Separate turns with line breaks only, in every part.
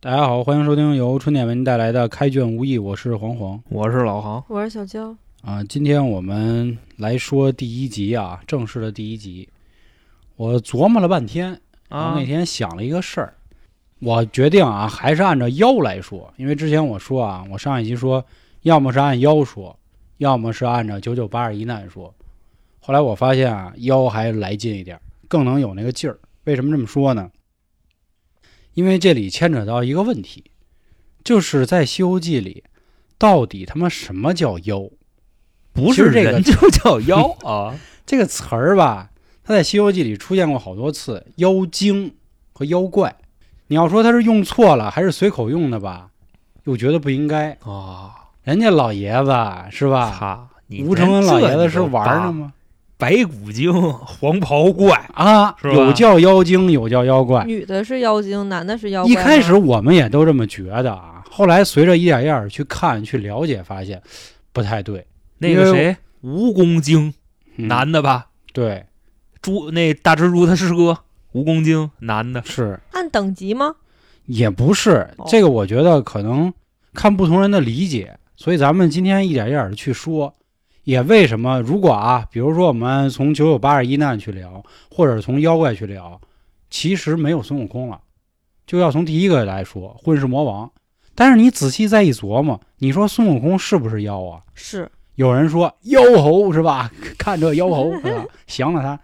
大家好，欢迎收听由春点为您带来的《开卷无益》，我是黄黄
我是老航，
我是小娇，
啊、今天我们来说第一集啊，正式的第一集。我琢磨了半天，然
啊
后那天想了一个事儿，我决定啊，还是按照腰来说，因为之前我说啊，我上一集说，要么是按腰说，要么是按照九九八十一难说。后来我发现啊，腰还来劲一点儿，更能有那个劲儿。为什么这么说呢？因为这里牵扯到一个问题，就是在《西游记》里，到底他妈什么叫妖？
不
其实
是
这个
人就叫妖啊，
这个词儿吧，它在《西游记》里出现过好多次，妖精和妖怪。你要说他是用错了，还是随口用的吧，又觉得不应该。
啊，
人家老爷子是吧？
操！你
吴承恩老爷子
这
是玩儿呢？吗？
白骨精、 黄袍怪，
啊，
是吧
有叫妖精，有叫妖怪。
女的是妖精，男的是妖怪
哎一
吗。
开始我们也都这么觉得啊，后来随着一点一点去看、去了解，发现不太对。
那
因为
个谁，蜈蚣精，
嗯、
男的吧？
对
猪那大蜘蛛他师哥，蜈蚣精，男的。
是
按等级吗？
也不是
哦，
这个我觉得可能看不同人的理解，所以咱们今天一点一点的去说。也为什么？如果啊，比如说我们从九九八十一难去聊，或者从妖怪去聊，其实没有孙悟空了，就要从第一个来说，混世魔王。但是你仔细再一琢磨，你说孙悟空是不是妖啊？
是，
有人说妖猴是吧？ 看这妖猴是吧？ 降了他，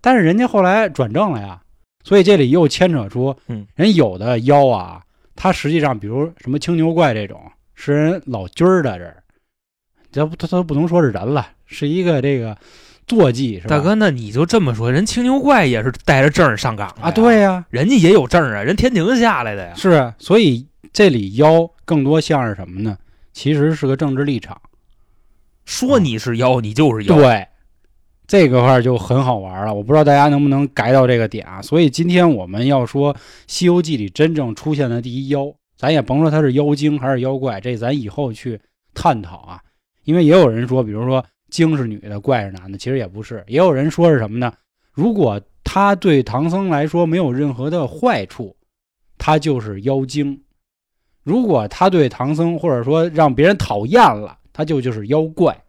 但是人家后来转正了呀，所以这里又牵扯出
嗯，
人有的妖啊，他实际上比如什么青牛怪这种，是人老军儿的人儿，这不他他都不能说是人了，是一个这个坐骑是吧？
大哥，那你就这么说，人青牛怪也是带着证儿上岗的呀
啊，对，呀、
人家也有证儿啊，人天庭下来的呀。
是，啊所以这里妖更多像是什么呢？其实是个政治立场。
说你是妖，你就是妖。
对，这个块儿就很好玩了。我不知道大家能不能改到这个点啊。所以今天我们要说《西游记》里真正出现的第一妖，咱也甭说他是妖精还是妖怪，这咱以后去探讨啊。因为也有人说，比如说精是女的，怪是男的，其实也不是。也有人说是什么呢？如果他对唐僧来说没有任何的坏处，他就是妖精；如果他对唐僧或者说让别人讨厌了，他就就是妖怪。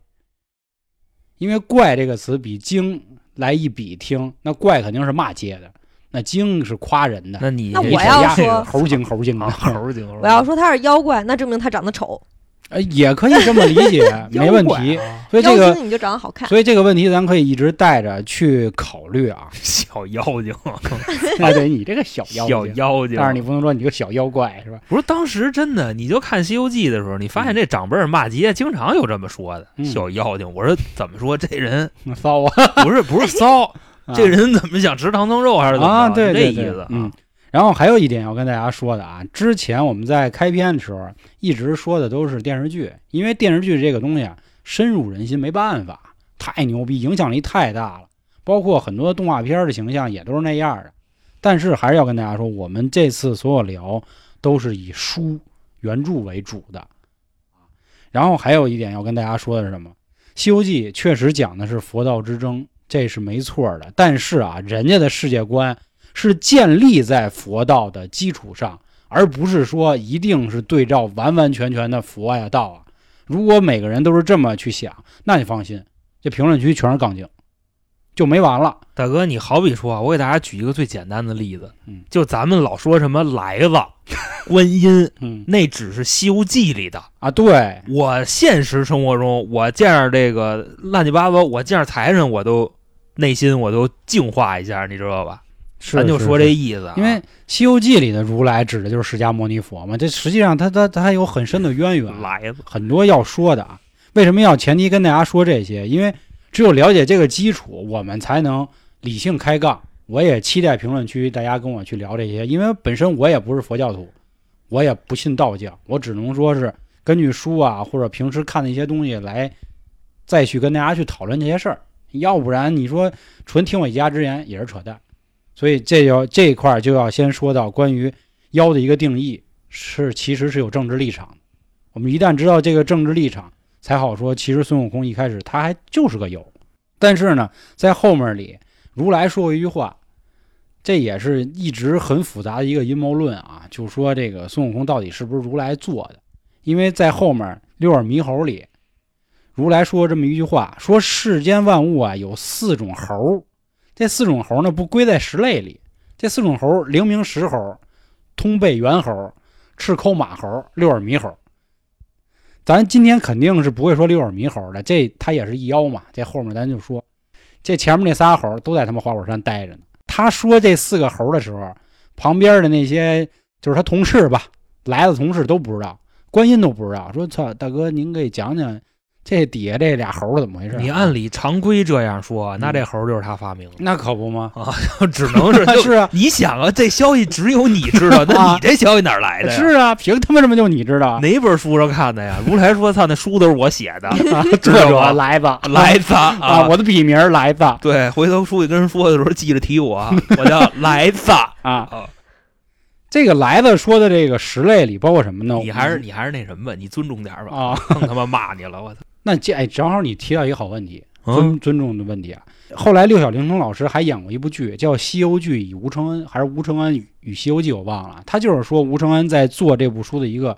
因为“怪”这个词比“精”来一比听，那“怪”肯定是骂街的，那“精”是夸人的。
那你
那
这
你
我
瞅
要
呀
说
这个
猴精猴精的
啊，猴精，
嗯
猴
我要说他是妖怪，那证明他长得丑。
呃，也可以这么理 解，没问题。
啊。
所以这
妖
个，
精你就长得好看。
所以这个问题咱可以一直带着去考虑啊
小妖精，
啊，对你这个小妖
小
精，
妖精。
但是你不能说你这个小妖怪是吧？
不是当时真的，你就看《西游记》的时候，你发现这长辈儿骂街，经常有这么说的
嗯
小妖精。我说怎么说 这人
那骚啊，
不是不是骚， 这人怎么想吃唐僧肉还是怎
啊，
么
对
着？这
对
意
对
思啊。
嗯，然后还有一点要跟大家说的啊，之前我们在开篇的时候一直说的都是电视剧，因为电视剧这个东西啊，深入人心，没办法，太牛逼，影响力太大了。包括很多动画片的形象也都是那样的。但是还是要跟大家说，我们这次所有聊都是以书原著为主的。然后还有一点要跟大家说的是什么？《西游记》确实讲的是佛道之争，这是没错的。但是啊，人家的世界观是建立在佛道的基础上，而不是说一定是对照完完全全的佛呀、道啊。如果每个人都是这么去想，那你放心，这评论区全是杠精，就没完了。
大哥，你好比说啊，我给大家举一个最简单的例子
嗯，
就咱们老说什么来 子、观音，
嗯
那只是《西游记》里的。
啊，对，
我现实生活中，我见着这个乱七八糟，我见着财神，我都内心我都净化一下，你知道吧？
是
咱就是说这
是
意思啊，
因为《西游记》里的如来指的就是释迦牟尼佛嘛，这实际上它它它有很深的渊源，啊
来吧，
很多要说的啊。为什么要前提跟大家说这些？因为只有了解这个基础，我们才能理性开杠。我也期待评论区大家跟我去聊这些，因为本身我也不是佛教徒，我也不信道教，我只能说是根据书啊或者平时看的一些东西来，再去跟大家去讨论这些事儿。要不然你说纯听我一家之言也是扯淡。所以这要这一块儿就要先说到关于妖的一个定义，是其实是有政治立场的。我们一旦知道这个政治立场，才好说其实孙悟空一开始他还就是个有。但是呢，在后面里，如来说过一句话，这也是一直很复杂的一个阴谋论啊，就说这个孙悟空到底是不是如来做的？因为在后面六耳猕猴里，如来说过这么一句话，说世间万物啊有四种猴儿，这四种猴儿呢不归在十类里，这四种猴儿灵明石猴儿、通背猿猴儿、赤抠马猴儿、六耳猕猴儿。咱今天肯定是不会说六耳猕猴儿的，这它也是一妖嘛，这后面咱就说。这前面那仨猴儿都在他妈花果山待着呢。他说这四个猴儿的时候，旁边的那些就是他同事吧，来的同事都不知道，关心都不知道，说操大哥，您给讲讲这底下这俩猴儿怎啊么回事？
你按理常规这样说，那
嗯
这猴儿就是他发明的，
那可不吗？
只能 是 就是
啊，
你想啊，这消息只有你知 道，那
啊
你这消息哪儿来的呀？
是啊，凭他妈什么就你知道啊？
哪本书上看的 呀？如来说：“操，那书都是我写 的，
这
知道
个
吗
来吧，
来子 啊
啊，！”我的笔名儿来吧
对，回头书记跟人说的时候，记着提 我，啊我叫来子。
啊
啊。
这个来的说的这个十类里包括什么呢？
你还是你还是那什么吧，你尊重点吧，
啊，
更他妈骂你了，我 操！
那这哎，正好你提到一个好问题，
嗯，
尊尊重的问题啊。后来六小龄童老师还演过一部剧，叫《西游记与吴承恩》，还是《吴承恩与与西游记》，我忘了。他就是说吴承恩在做这部书的一个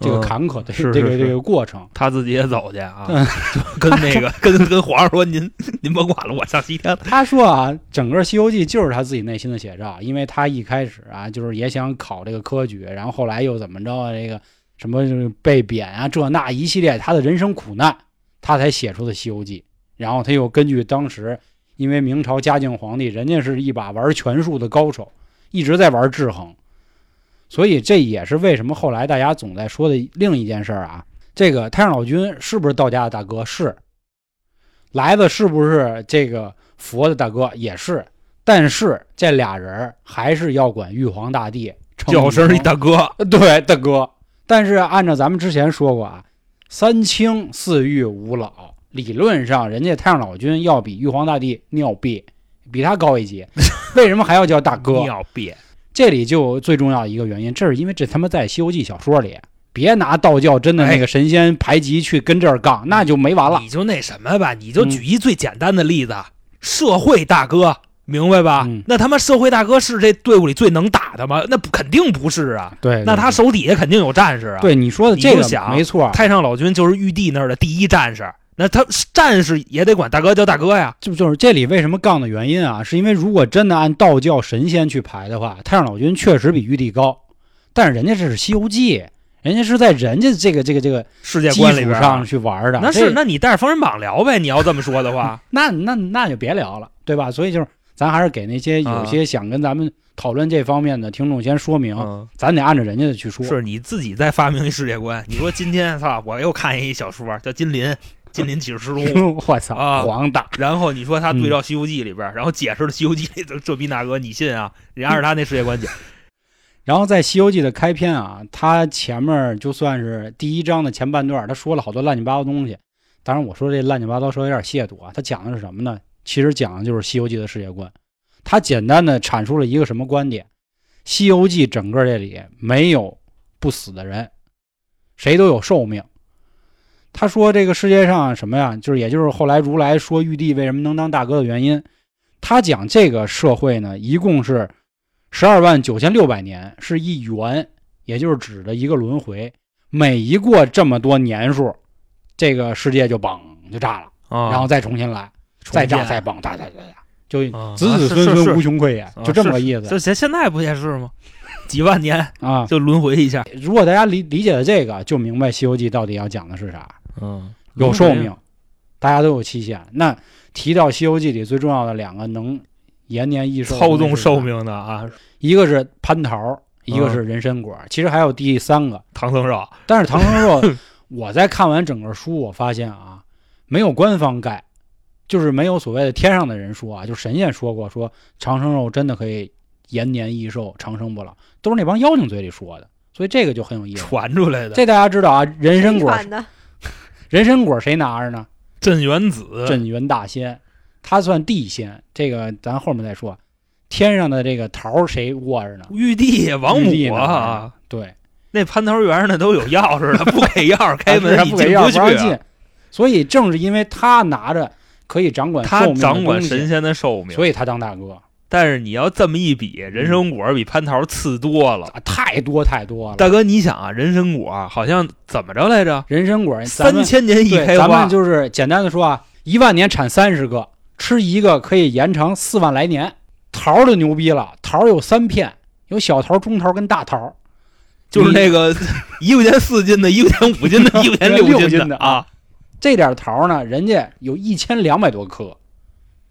这个
嗯
坎坷的、
是
这个
是
这个过程。
他自己也走去啊
嗯，
跟那个跟跟皇上说：“您 您甭管了，我上西天了。
他说啊，整个《西游记》就是他自己内心的写照，因为他一开始啊，就是也想考这个科举，然后后来又怎么着啊，这个什么就是被贬啊，这那一系列他的人生苦难，他才写出的《西游记》。然后他又根据当时，因为明朝嘉靖皇帝，人家是一把玩权术的高手，一直在玩制衡，所以这也是为什么后来大家总在说的另一件事儿啊，这个太上老君是不是道家的大哥？是。来的是不是这个佛的大哥？也是。但是这俩人儿还是要管玉皇大帝称
叫声一
大
大哥，
对大哥。但是按照咱们之前说过啊，三清四御五老，理论上人家太上老君要比玉皇大帝尿憋，比他高一级，为什么还要叫大哥？
尿憋，
这里就最重要的一个原因，这是因为这他妈在《西游记》小说里，别拿道教真的那个神仙排级去跟这儿杠，那就没完了。
你就那什么吧，你就
嗯
举一最简单的例子，社会大哥。”明白吧？
嗯
那他妈社会大哥是这队伍里最能打的吗？那不肯定不是啊。
对，
那他手底下肯定有战士啊。，
对你说的这
你
个
就想
没错，
太上老君就是玉帝那儿的第一战士，那他战士也得管大哥叫大哥呀。
就就是这里为什么杠的原因啊，是因为如果真的按道教神仙去排的话，太上老君确实比玉帝高，但是人家这是《西游记》，人家是在人家这个这个这个
世界
基
观里
础
边
上
啊，
去玩的，
那
这啊
是那你带着封神榜聊呗。你要这么说 的话，
那那那就别聊了，对吧？所以就是咱还是给那些有
啊
些想跟咱们讨论这方面的听众先说明，
嗯，
咱得按照人家的去说。，
是你自己再发明一世界观。你说今天操，我又看一小说叫《金鳞》，《金鳞启示录》
我操，
啊
黄大
然后你说他对照《西游记》里边，然后解释了《西游记》里的这逼那个，你信啊？人家是他那世界观解，
然后在《西游记》的开篇啊，他前面就算是第一章的前半段，他说了好多乱七八糟东西。当然，我说这乱七八糟稍微有点亵渎啊。他讲的是什么呢？其实讲的就是《西游记》的世界观。他简单的阐述了一个什么观点：《西游记》整个这里没有不死的人，谁都有寿命。他说这个世界上什么呀？就是也就是后来如来说玉帝为什么能当大哥的原因。他讲这个社会呢，一共是十二万九千六百年是一元，也就是指的一个轮回。每一过这么多年数，这个世界就嘣就炸了，
啊
然后再重新来，再炸再
吧。
嘣，哒哒哒哒，就
啊
子子
是
孙
是是啊
孙无穷匮也，就这么个意思
这现现在不也是吗？ 几万年
啊。
就轮回一下，
如果大家理理解了这个，就明白《西游记》到底要讲的是啥。
嗯，
有寿命，大家都有期限。那提到《西游记》里最重要的两个能延年益寿的
操纵寿
那是啥，
命的啊，
一个是蟠桃，一个是人参果，其实还有第三个，
唐僧肉
但是唐僧肉， 我在看完整个书，我发现啊，没有官方盖，就是没有所谓的天上的人说啊，就神仙说过，说长生肉真的可以延年益寿、长生不老，都是那帮妖精嘴里说的，所以这个就很有意思。
传出来的。
这大家知道啊，人参果，
反的，
人参果谁拿着呢？
镇元子，
镇元大仙，他算地仙，这个咱后面再说。天上的这个桃儿谁握着呢？
玉帝、王
玉帝
母
呢
啊，
对，
那蟠桃园那都有钥 匙的，不给钥匙开门
还啊
你
不
进
给要
去啊
不让进。所以正是因为他拿着可以掌管
他
寿命的
掌管
东西
神仙的寿命，
所以他当大哥。
但是你要这么一比，人参果比蟠桃次多了。
啊太多太多了。
大哥，你想啊，人参果好像怎么着来着？
人参果，哎咱
三
们
千年一
对
开
咱
花
们，就是简单的说啊，一万年产三十个，吃一个可以延长四万来年。桃儿就牛逼了，桃儿有三片，有小桃、中桃跟大桃。
就是那个一块钱四斤的，一块钱 五斤的，一块钱
六
斤
斤的
啊。
这点桃儿呢，人家有一千两百多棵，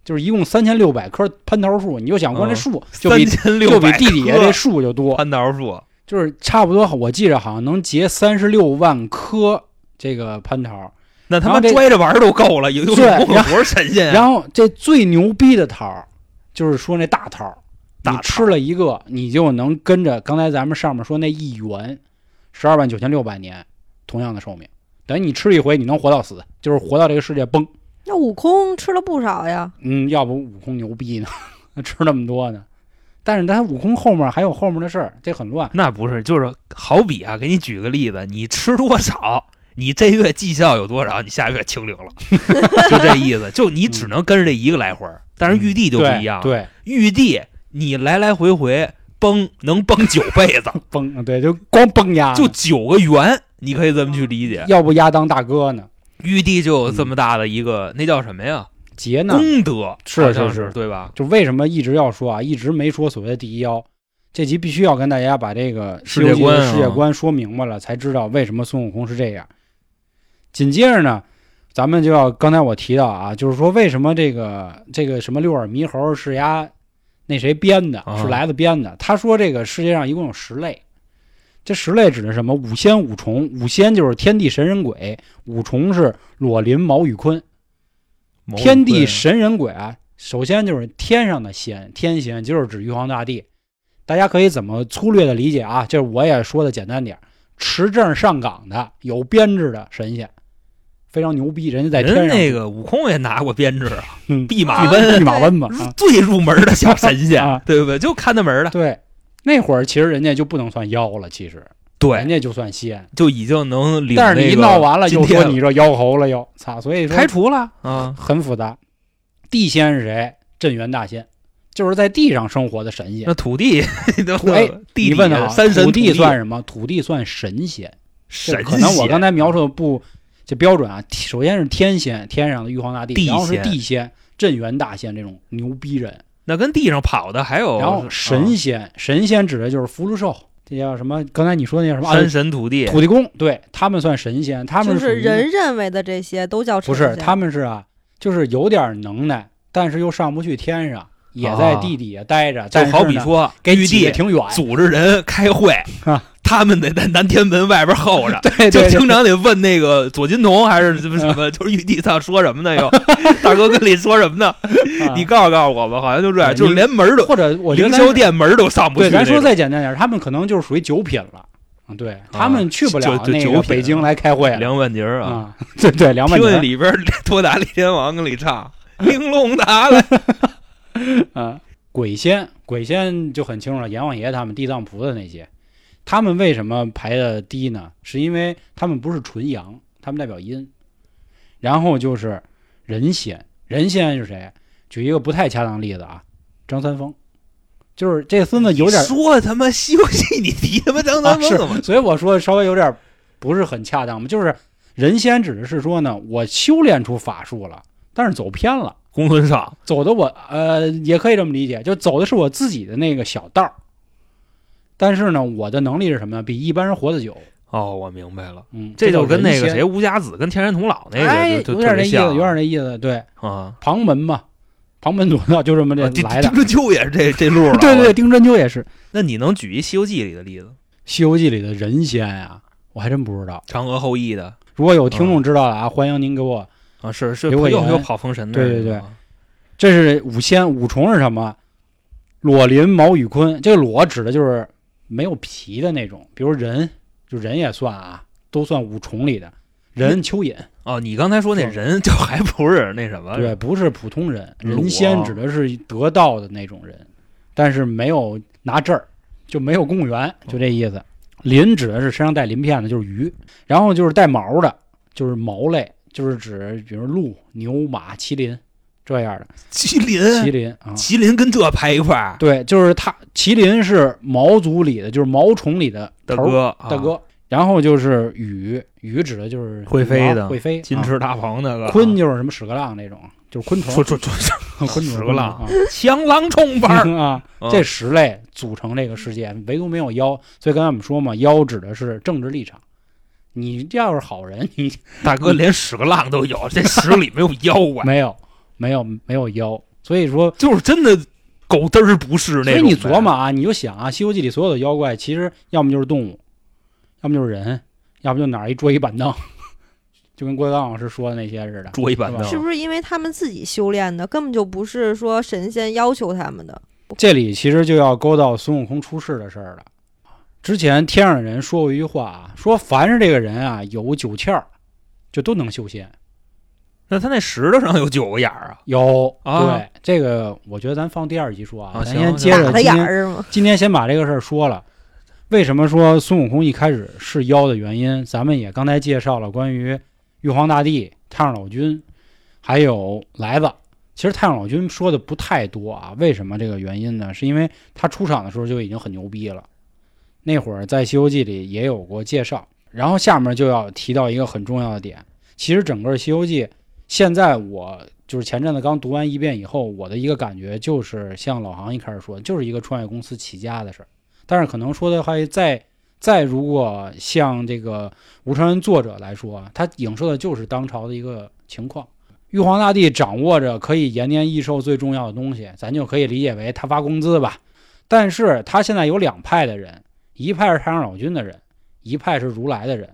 就是一共三千六百棵蟠桃树。你就想光这
嗯
树就
三
比、
千
就
六
比
百
地底下这树就多，
蟠桃树，
就是差不多，我记着好像能结三十六万棵这个蟠桃。
那他
然后
妈
这
拽着玩儿都够了，有有
对
有
然
多少神仙啊？
然后这最牛逼的桃儿，就是说那大桃儿，
大
你
桃儿
吃了一个，你就能跟着刚才咱们上面说那一元，十二万九千六百年，同样的寿命，等于你吃一回，你能活到死，就是活到这个世界崩。
那悟空吃了不少呀，
嗯，要不悟空牛逼呢， 吃那么多呢。但是他悟空后面还有后面的事儿，这很乱。
那不是，就是好比啊，给你举个例子，你吃多少，你这月绩效有多少，你下月 清零了，就这意思。就你只能跟着这一个来回儿，但是玉帝就
嗯
不
对
一样，
对，
玉帝你来来回回崩能崩九 辈子，
崩，对，就光崩压呢，
就九个圆，你可以这么去理解。
要不压当大哥呢，
玉帝就有这么大的一个，那叫什么呀？
劫呢。
功德
嗯是
好像
是
是
是
对吧？
就为什么一直要说啊，一直没说所谓的第一妖，这集必须要跟大家把这个《西
世
游
界
记》
观
的
啊
世界观说明白了，才知道为什么孙悟空是这样。紧接着呢，咱们就要刚才我提到啊，就是说为什么这个这个什么六耳猕猴是丫那谁编的，
啊
是来自编的。他说这个世界上一共有十类，这十类指的是什么？五仙五重，五仙就是天地神人鬼，五重是裸林毛与鲲。
某
天地
对
神人鬼啊，首先就是天上的仙，天仙就是指玉皇大帝。大家可以怎么粗略的理解啊？就是我也说的简单点儿，持证上岗的有编制的神仙，非常牛逼，人家在天
人
上
那个悟空也拿过编制啊
嗯，
弼马
啊
温
弼马温嘛、啊
最入门的小神仙，
啊
对不对？就看那门儿的，
对，那会儿其实人家就不能算妖了，其实人
对，
家就算仙，
就已经能领。
哎但是你一闹完了，又
今
说
天
你这妖猴了又，操！所以说
开除了啊，
很复杂。地仙是谁？镇元大仙，就是在地上生活的神仙
那。土地 都
哎
地
你
里
问的好，
三神
土地
地
算什么？土地算神仙，这
神仙，
可能我刚才描述的不这标准啊。首先是天仙，天上的玉皇大帝，
地仙
然后是地仙、镇元大仙这种牛逼人，
那跟地上跑的还有
然后
嗯
神仙，神仙指的就是福禄寿，这叫什么？刚才你说那叫什
啊
么？
山
啊
神土地
土地公，对他们算神仙，他们
就是
属于
人认为的这些都叫
不
神
是
仙
他们是啊，就是有点能耐，但是又上不去天上，也在
啊
地底下待着，
就
但是
好比
呢
说
给
玉
挤得
帝
挺远，
组织人开会
啊，。
他们得在南天门外边候着
对
就
对对
经常得问那个左金童还是什么什 么，就是玉帝他说什么呢？又大哥跟你说什么呢？
啊
你告诉告诉我吧，好像就这样，
对
就是连门儿都
或者我觉得
凌
咱
霄殿门儿都上不去
对，咱
那种。
说
啊
再简单点儿，他们可能就是属于九品了。嗯，对他们去不了
就就
那
九
个
品
北京来开会了
梁万杰儿啊，
啊、对对，两百
听见
年
里边儿托达李天王跟里唱《玲珑塔》来，
啊，鬼仙鬼仙就很清楚了，阎王爷他们、地藏菩萨那些，他们为什么排的低呢？是因为他们不是纯阳，他们代表阴。然后就是人仙，人仙是谁？举一个不太恰当的例子啊，张三丰，就是这孙子 有点
你说他妈《西游记》，你提他妈张
啊
三丰了吗？
是，所以我说稍微有点不是很恰当嘛，就是人仙指的是说呢，我修炼出法术了，但是走偏了，
公孙尚
走的我呃也可以这么理解，就走的是我自己的那个小道儿，但是呢，我的能力是什么呢？比一般人活得久，
哦，我明白了，
嗯，
这
叫
就跟那个
人仙
谁。吴家子跟天山童姥那
哎，
个就，就
有
就
点那
特别
意思，
像
有点那意思，对，
啊。
旁门嘛，旁门左道就这么这
啊丁
来
丁
的。
春秋也是这这 路了，
对对，
我。
丁真秋也是《
那你能举一《西游记》里的例子？
西游记》里的人仙呀、我还真不知道。
嫦娥后羿的
如果有听众知道了啊，欢迎您给我
啊，是是
刘
又
伟元
又跑封神的，
对对对，这是五仙，五重是什么？裸鳞毛与鲲，这个裸指的就是没有皮的那种，比如人，就人也算啊，都算五重里的人蚯蚓，
哦，你刚才说那
嗯
人就还不是那什么，
对，不是普通人，
裸
人仙指的是得道的那种人，但是没有拿证儿，就没有公务员，就这意思。鳞指的是身上带鳞片的，就是鱼，然后就是带毛的，就是毛类，就是指比如鹿、牛、马、麒麟，这样的
麒
麒
麟，
麟啊。
麒麟跟这拍一块儿
对，就是他，麒麟是毛族里的，就是毛虫里的
大
头儿
哥，啊
大，哥。然后就是禹，禹指的就是
会
禹王
飞的
会飞，
金
啊
翅大鹏那个
鲲就是什么屎壳郎那种，就是昆
说
虫，
说说
昆
说
虫
屎壳
昆虫
郎
啊。
强狼冲 班儿，
啊，
嗯
这十类组成这个世界，唯独没有妖。所以刚才我们说嘛，妖指的是政治立场。你要是好人，你
大哥连屎个浪都有，这屎里没有 妖啊，
没有，没有，没有妖。所以说，
就是真的狗嘚儿不是那种
所
的。
以你琢磨啊，你就想啊，《西游记》里所有的妖怪，其实要么就是动物，要么就是人，要不就哪儿一桌一板凳， 就跟郭德纲老师说的那些似的。
桌一板凳，
是不是因为他们自己修炼的，根本就不是说神仙要求他们的？
这里其实就要勾到孙悟空出世的事儿了。之前天上的人说过一句话啊，说凡是这个人啊有九窍儿，就都能修仙。
那他那石头上有九个眼儿啊？
有，
啊
对这个，我觉得咱放第二集说啊，
啊
咱
行
先
行
接着
打
今
的眼
天
儿是吗？
今天先把这个事儿说了。为什么说孙悟空一开始是妖的原因？咱们也刚才介绍了关于玉皇大帝、太上老君，还有来子。其实太上老君说的不太多啊，为什么这个原因呢？是因为他出场的时候就已经很牛逼了，那会儿在《西游记》里也有过介绍。然后下面就要提到一个很重要的点，其实整个《西游记》现在我就是前阵子刚读完一遍以后，我的一个感觉就是像老航一开始说，就是一个创业公司起家的事儿。但是可能说的还再再如果像这个吴承恩作者来说，他影射的就是当朝的一个情况。玉皇大帝掌握着可以延年益寿最重要的东西，咱就可以理解为他发工资吧。但是他现在有两派的人，一派是太上老君的人，一派是如来的人。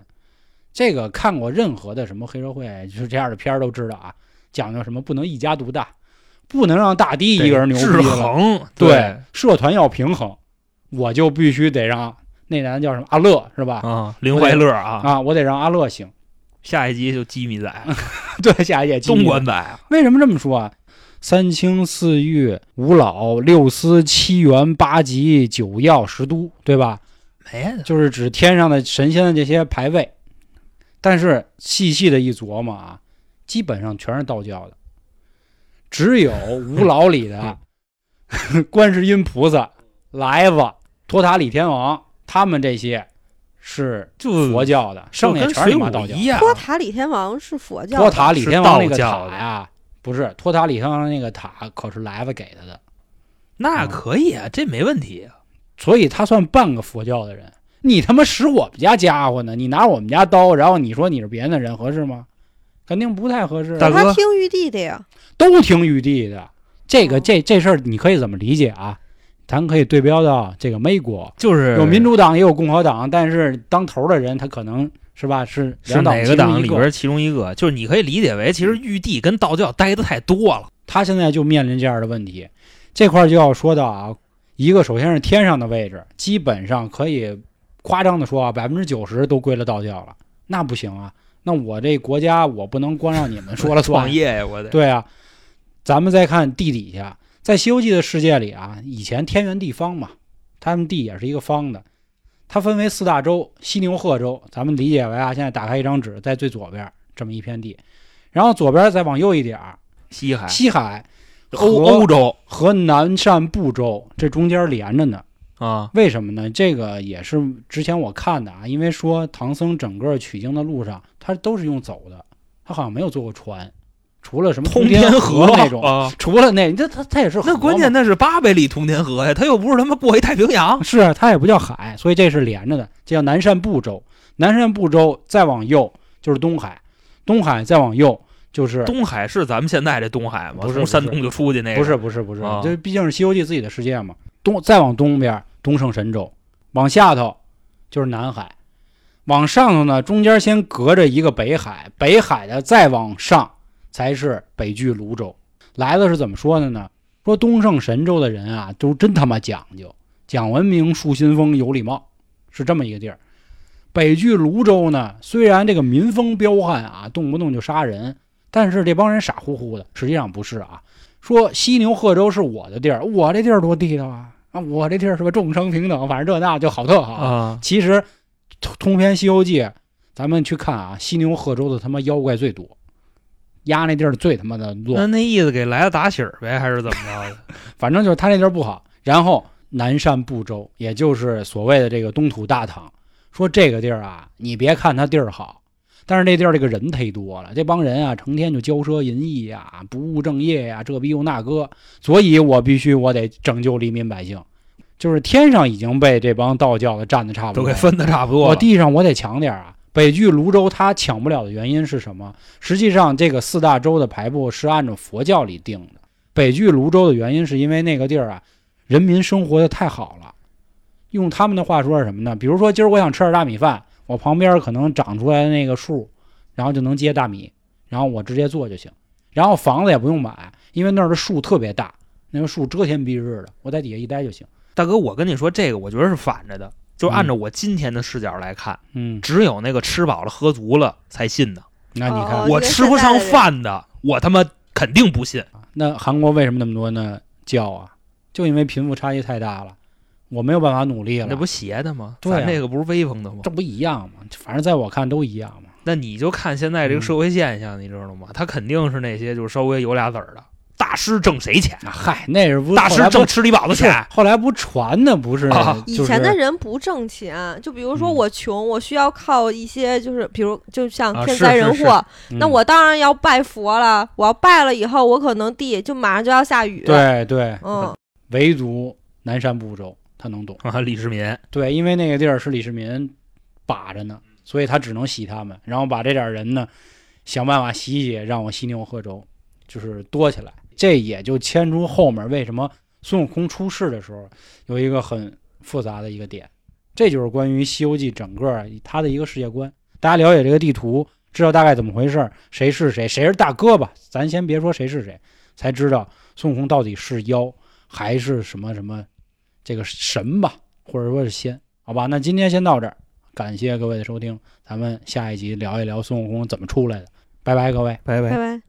这个看过任何的什么黑社会就是这样的片儿都知道啊，讲究什么不能一家独大，不能让大帝一个人牛逼
制
了，
衡，
对，社团要平衡，我就必须得让那男的叫什么阿乐是吧？
啊，林怀乐啊，
啊，我得啊让阿乐行。
下一集就鸡米 仔，啊
对，下一届
东莞仔啊，
为什么这么说啊？三清四御、五老、六司、七元、八极、九曜、十都，对吧？
没
就是指天上的神仙的这些牌位。但是细细的一琢磨啊，基本上全是道教的，只有五老里的观世音菩萨、来子、托塔李天王，他们这些是
嗯就
佛教的，剩下
跟
全是
水
他妈
母
道教
一。样，
托塔李天王是佛教的，
哎托塔李天王那个
是道教
塔
的
呀，不是托塔李天王那个塔，可是来子给他的，
那可以啊，这没问题啊。
所以他算半个佛教的人。你他妈使我们家家伙呢？你拿我们家刀，然后你说你是别人的人，合适吗？肯定不太合适啊。
大哥
他听玉帝的呀。
都听玉帝的，这个
哦
这这事儿你可以怎么理解啊？咱可以对标到这个美国，
就是
有民主党也有共和党，但是当头的人他可能是吧？是
是
两党
哪
其
个
中一
党里边其中一个，就是你可以理解为，其实玉帝跟道教待的太多了，
他现在就面临这样的问题，这块儿就要说到啊，一个首先是天上的位置，基本上可以夸张的说啊，百分之九十都归了道教了，那不行啊，那我这国家我不能光让你们说了算
创，业呀，我得
对啊，咱们再看地底下，在《西游记》的世界里啊，以前天圆地方嘛，他们地也是一个方的，它分为四大洲：犀牛、贺州。咱们理解为啊，现在打开一张纸，在最左边这么一片地，然后左边再往右一点儿，
西海
西海、
欧
和
欧洲
和南赡部洲这中间连着呢。
啊，
为什么呢？这个也是之前我看的啊，因为说唐僧整个取经的路上，他都是用走的，他好像没有坐过船，除了什么
通
天
河
那种。
啊。
除了那，这它它也是河
那
嘛
关键那是八百里通天河呀，他又不是他妈过一太平洋，
是啊它也不叫海，所以这是连着的，这叫南赡部洲。南赡部洲再往右就是东海，东海再往右就是
东海是咱们现在这东海吗？
不是
从山东就出去那个，
不是不是不是
啊，
这毕竟是《西游记》自己的世界嘛。东再往东边东胜神州，往下头就是南海，往上头呢中间先隔着一个北海，北海的再往上才是北距泸州。来的是怎么说的呢？说东胜神州的人啊，都真他妈讲究，讲文明、树新风、有礼貌，是这么一个地儿。北距泸州呢，虽然这个民风彪悍啊，动不动就杀人，但是这帮人傻乎乎的，实际上不是啊。说犀牛贺州是我的地儿，我这地儿多地道啊！啊，我这地儿是吧，众生平等，反正这那就好特好。
啊，
其实通通篇《西游记》，咱们去看啊，犀牛贺州的他妈妖怪最多，压那地儿最他妈的
那
乱，
那意思给来了打喜儿呗，还是怎么着的？
反正就是他那地儿不好。然后南赡部洲，也就是所谓的这个东土大唐，说这个地儿啊，你别看它地儿好，但是那地儿这个人忒多了，这帮人啊，成天就骄奢淫逸啊，不务正业呀、这逼又那哥，所以我必须我得拯救黎民百姓。就是天上已经被这帮道教的占的差不
都
多
给
了，
分的 差不多
我
了。
地上我得强点儿啊。北距泸州它抢不了的原因是什么？实际上，这个四大洲的排布是按照佛教里定的。北距泸州的原因是因为那个地儿啊，人民生活的太好了。用他们的话说是什么呢？比如说，今儿我想吃点大米饭，我旁边可能长出来的那个树，然后就能结大米，然后我直接做就行。然后房子也不用买，因为那儿的树特别大，那个树遮天蔽日的，我在底下一待就行。
大哥，我跟你说，这个我觉得是反着的，就按照我今天的视角来看，
嗯，
只有那个吃饱了喝足了才信的，
那你看，
哦
我
这
吃不
现代
上
的人
饭的，我他妈肯定不信。
那韩国为什么那么多呢教啊？就因为贫富差距太大了，我没有办法努力了。
那不邪的吗？
对啊
咱这个不是威风的吗？
这不一样吗？反正在我看都一样嘛。
那你就看现在这个社会现象，你知道吗？他肯定是那些就是稍微有俩子儿的大师挣谁钱？
啊嗨，那是不
大
后
师
来不
挣吃里饱的
是
钱，
后来不传的不是、
啊
就是
以前的人不挣钱，就比如说
嗯
我穷，我需要靠一些，就是比如就像
啊
天
是
灾
是
人
是
祸，
嗯
那我当然要拜佛了。我要拜了以后，我可能地就马上就要下雨。，
对对，
嗯，
唯独南山部洲他能懂。
啊，李世民
对，因为那个地儿是李世民把着呢，所以他只能洗他们，然后把这点人呢想办法洗洗，让我犀牛贺州就是多起来。这也就牵出后面为什么孙悟空出世的时候有一个很复杂的一个点，这就是关于《西游记》整个它的一个世界观。大家了解这个地图，知道大概怎么回事儿，谁是谁，谁是大哥吧？咱先别说谁是谁，才知道孙悟空到底是妖还是什么什么这个神吧。或者说是仙，好吧？那今天先到这儿，感谢各位的收听，咱们下一集聊一聊孙悟空怎么出来的，拜拜，各位。
拜拜
拜拜。